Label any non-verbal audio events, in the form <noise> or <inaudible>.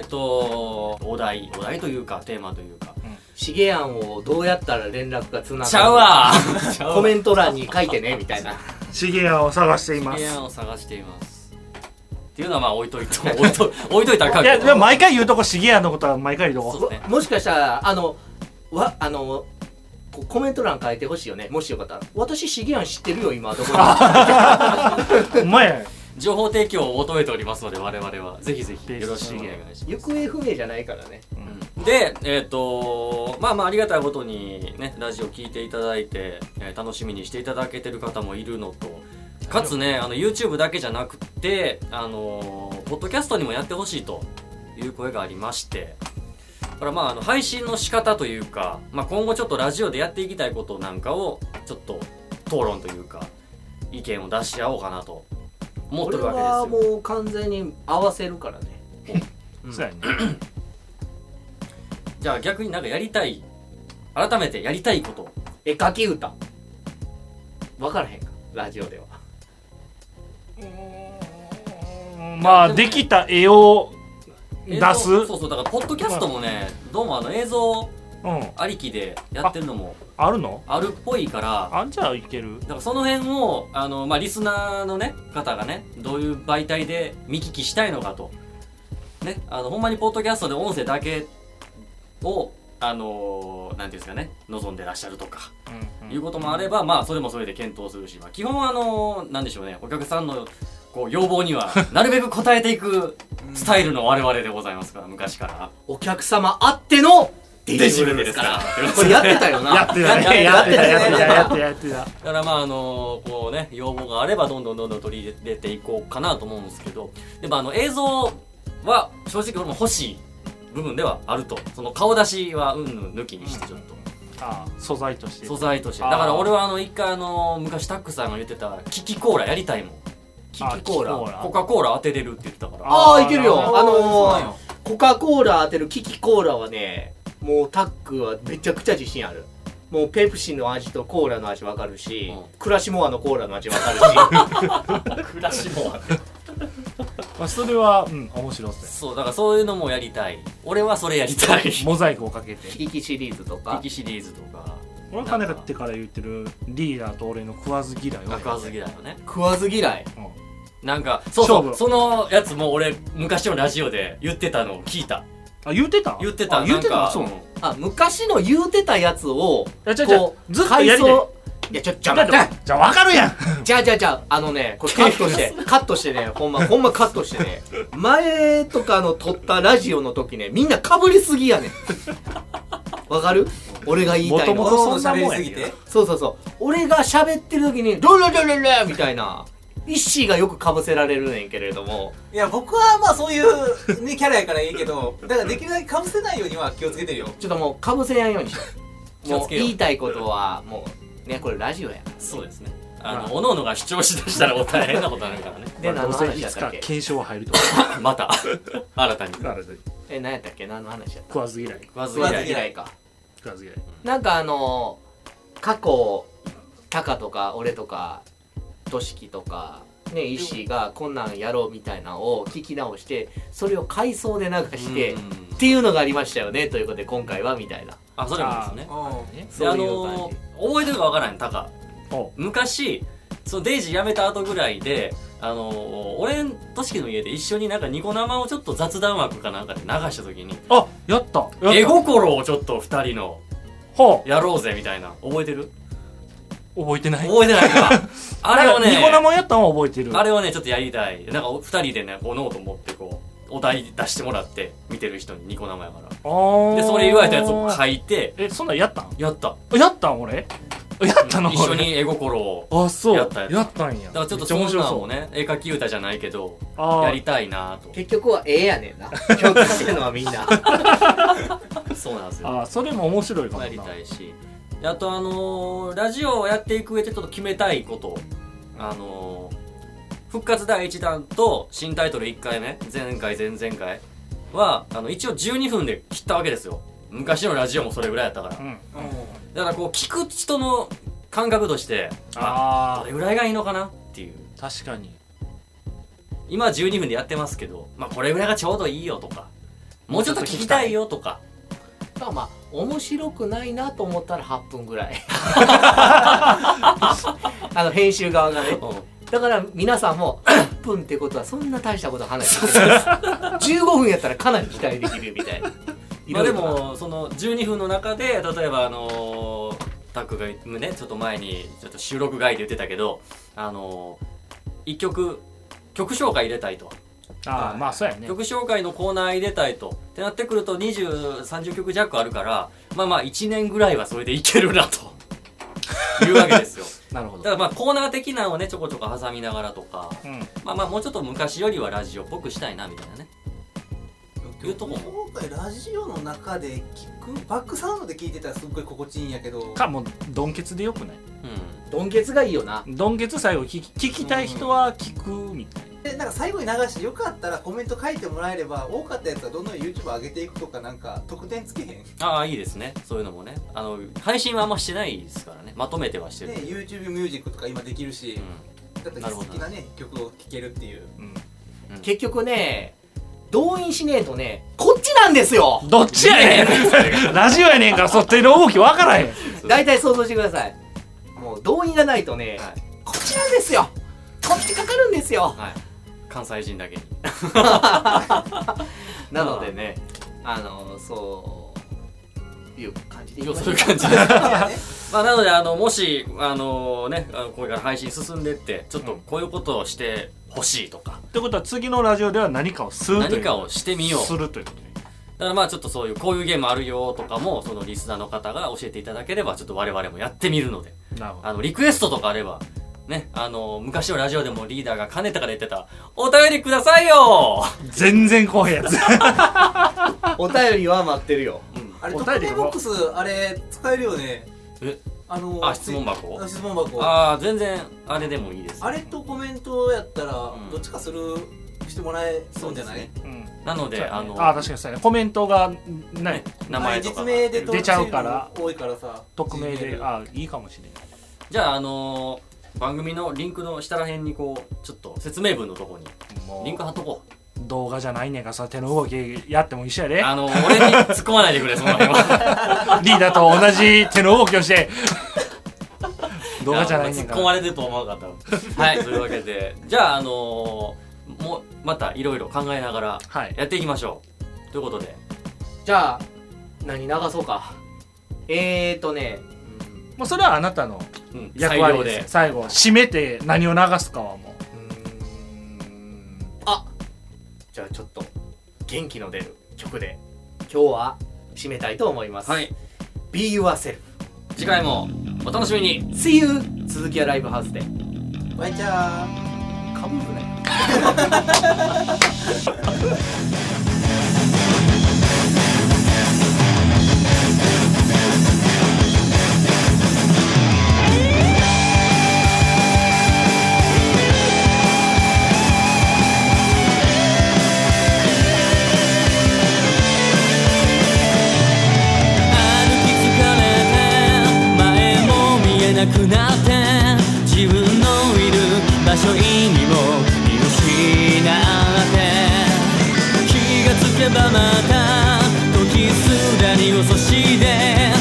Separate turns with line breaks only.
っとお題お題というかテーマというか
しげやんをどうやったら連絡がつながる
ちゃう
<laughs>
わ
コメント欄に書いてねみたいな
シゲアを探していま
部
すい
屋を探していますっていうのはまあ置いといて <laughs> 置いと置いといたら書く
やでも毎回言うとこシゲアのことは毎回言うと
そ
こ
うですね
もしかしたらあのわあのこコメント欄書いてほしいよねもしよかったら「私しげやん知ってるよ今どこに」
お前
情報提供を求めておりますので我々はぜひぜひよろしくお願いしま
行方不明じゃないからね
すでえっ、とまあまあありがたいことにねラジオ聞いていただいて、えー楽しみにしていただけてる方もいるのとかつねあの YouTube だけじゃなくてあのーポッドキャストにもやってほしいという声がありましてこれはまああの配信の仕方というか、まあ、今後ちょっとラジオでやっていきたいことなんかをちょっと討論というか意見を出し合おうかなと思っ
ことれ
るわけですよ
はもう完全に合わせるからね
そうやね
じゃあ逆になんかやりたい改めてやりたいこと
絵描き歌分からへんかラジオでは
まあできた絵を
映
出
像
す
そうそうだからポッドキャストもねどうもあの映像
うん
ありきでやってるのも
あるの
あるっぽいから
あんじゃあいける
だからその辺をあの、まあ、リスナーの、ね、方がねどういう媒体で見聞きしたいのかと、ね、あのほんまにポッドキャストで音声だけをあのなんていうんですかね望んでらっしゃるとか
うん
いうこともあれば、まあ、それもそれで検討するし、まあ、基本はあの、なんでしょうね、お客さんの、こう、要望には、なるべく応えていくスタイルの我々でございますから、昔から。
お客様あっての
デジブルですから。
これやってたよな
やってた
や
ねや
っ
ってて
た
た
ね
やってたやってたやって
<laughs>
た
だからまああのこうね要望があればどんどんどんどん取り入れていこうかなと思うんですけどでもあの映像は正直俺も欲しい部分ではあるとその顔出しはうんうん抜きにしてちょっと
ああ素材として
素材として
あ
だ
ー
から俺はあの一回あの昔タックさんが言ってたキキコーラやりたいもん
キキコーラ
あキキコーラ
コカ・コーラ当てれるって言ってたから
あ
あ
あ
ー
いけるよ
なるほ
あ
そうなん
の
よ
ー、コカ・コーラ当てるキキコーラはねもうタックはめちゃくちゃ自信あるもうペプシの味とコーラの味わかるし、
うん
クラシモアのコーラの味わかる
<laughs>
し
暮らしも
まあそれはうん面白そう
そうだからそういうのもやりたい俺はそれやりたい <laughs>
やモザイクをかけて
キキシリーズとか
敵シリーズとか
俺は金がってから言ってるリーダーと俺の食わず嫌いを
学わず嫌いよね
食わず嫌い
なんかそうそ
勝
う
負
そのやつも俺昔のラジオで言ってたのを聞いた
あ言うてた
言ってた
あ言うて
なん
た
か
そうなの
あ昔の言うてたやつを
いやちゃちゃ
こう
ずっとやりた
回
い
想いやちょちょ待って
じゃあ分かるやん
じゃあじゃあじゃああのねこれカットして <laughs> カットしてねほんまほんまカットしてね前とかの撮ったラジオの時ねみんなかぶりすぎやねんわかる俺が言いたいの
元
ボ
は
々
ロボロ喋りすぎ
そんなもんや
て
そうそうそう俺が喋ってる時に「ロロロロロ」みたいなイッシーがよくかぶせられるねんけれども
いや僕はまあそういう、ね、キャラやからいいけどだからできるだけかぶせないようには気をつけてるよ
ちょっともうかぶせやんようにしよう
気を
も
つ
う
けよう
言いたいことはもうねこれラジオやから
そうですねあの、おのおのが主張しだしたらお大変なことになるからね
で
まあ
何の
どうせ
話
い
やっ
つ
た
か
っけ
検証入ると思
ま <laughs> た新たに
う
え何やったっけ何の話やった
食わず嫌い
<laughs> 食わず
食わ
嫌
ず
い
嫌いか
食わず嫌い
なんかあの過去タカとか俺とかトシキとかね石井がこんなんやろうみたいなのを聞き直してそれを回想で流して、
う
っ
ん
ていうのがありましたよねということで今回はみたいな
あそれもですね
う
で
そ
あ
ういう感
の覚えてるかわからんタカ昔そのデイジー辞めた後ぐらいであの俺としきの家で一緒になんかニコ生をちょっと雑談枠かなんかで流した時に
あやったやった
絵心をちょっと二人の
は
やろうぜみたいな覚えてる
あ覚えて <laughs> ない
覚えてないかあれを
なんかニコ
ね
生やったのは覚えてる
あれをねちょっとやりたいなんかお二人でねこうノート持ってこうお題出してもらって見てる人にニコ生やから
あ
でそれ言われたやつを
い
書いて
えそんなんやったん
やった
やったん俺やったの
一緒
俺
に絵心を
あそう
や
や
っ
った
やった
たんや
だからちょっとそ
め
ん
面白
な
そ
ん
う
をね絵描き歌じゃないけど
あ
や
あ
りたいなと
結局は絵や <laughs> ねんな共通してるのはみん <laughs> な
そうなんですよ
あーそれも面白いかも
や
な
りたいしであとあのーラジオをやっていく上でちょっと決めたいことあのー復活第1弾と新タイトル1回目前回前々回はあの一応12分で切ったわけですよ昔のラジオもそれぐらいやったから
う
だ
ん
ん
からこう聞く人の感覚としてあ
あ
どれぐらいがいいのかなっていう
あ確かに
今は12分でやってますけどまあこれぐらいがちょうどいいよとかもうちょっと聞きたいよとか
まあまあ面白くないなと思ったら8分ぐら <laughs> いあの編集側がねだから皆さんも8分 <clears throat> ってことはそんな大したこと話してない15分やったらかなり期待できるみ <laughs> たいな
まあで
いろいろな
もその12分の中で例えばあのータックがねちょっと前にちょっと収録外で言ってたけどあのー、1曲曲紹介入れたいと、
ああまあそうやね
曲紹介のコーナー入れたいとってなってくると2030曲弱あるからまあまあ1年ぐらいはそれでいけるなというわけですよ
なるほ
だ
ど
からまあコーナー的なのをねちょこちょこ挟みながらとか
うん
まあまあもうちょっと昔よりはラジオっぽくしたいなみたいなねいうとこも
今回ラジオの中で聞くバックサウンドで聞いてたらすっごい心地いいんやけど
かもうドンケツでよくない
うん
ドンケツがいいよな
ドンケツ最後聞き聞きたい人は聞くみたいな
でなんか最後に流してよかったらコメント書いてもらえれば多かったやつはどんどん YouTube 上げていくとかなんか得点つけへんね
ああいいですねそういうのもねあの配信はあんましてないですからねまとめてはしてるけど、
YouTube ミュージックとか今できるし、だって
なるほ
好
ど
きなね曲を聴けるっていう
結局ね動員しねえとねこっちなんですよ
どっちやねん <laughs> ラジオやねんからそっちの動き分からへん
大体想像してくださいもう動員がないとね、
はい
こっちなんですよこっちかかるんですよ
うんはい関西人だけに
なのでね、あのそういう感じでいきましょ
そうういう
<laughs>
感じで
やね
<laughs> まあなのであのもしあのねあのこれから配信進んでってちょっとこういうことをしてほしいとか、
ってことは次のラジオでは何かをするという
何かをしてみよう
するということね
だからまあちょっとそういうこういうゲームあるよとかもそのリスナーの方が教えていただければちょっと我々もやってみるので
なるほど
あのリクエストとかあればねあの昔のラジオでもリーダーが兼ねたから言ってたお便りくださいよ、
全然怖いやつ
お便りは待ってるよ
うん
あれ
お
特
便り
定
は
ボックスあれ使えるよね
え
あの
あ質問箱
あ質問箱あ
ああ全然あれでもいいです
れとコメントやったら
ん
どっちかするしてもらえそうじゃない、
そう
うん
な <laughs> ので、
そうやね
あの
あ確かにそうやねコメントがない
ね名前とか
実名で登
出
録
ちゃうから
してるの多いからさ
匿名で
Gmail
あいいかもしれない
じゃああのー番組のリンクの下らへんにこうちょっと説明文のとこに
もう
リンク貼っとこ
動画じゃないねんからその手の動きやっても一緒やで
うあのー俺に突っ込まないでくれその辺は
リーダーと同じ手の動きをして <laughs>
<laughs>
動画じゃないねん
や
か
突っ込ま
ら
れてると思わなかったわはいというわけでじゃああのーもうまたいろいろ考えながら
はい
やっていきましょうということで
じゃあ何流そうかえーとね
もうそれはあなたの
うん
役
最
割
良
です
で
最後締めて何を流すかはも
うーんあじゃあちょっと元気の出る曲で今日は締めたいと思います、
はい
Be yourself
次回もお楽しみに
See you 続きはライブハウスで
バイチャー
かぶるね
歩き疲れて前も見えなくなって自分のいる場所意味も見失って気がつけばまた時すでに遅しで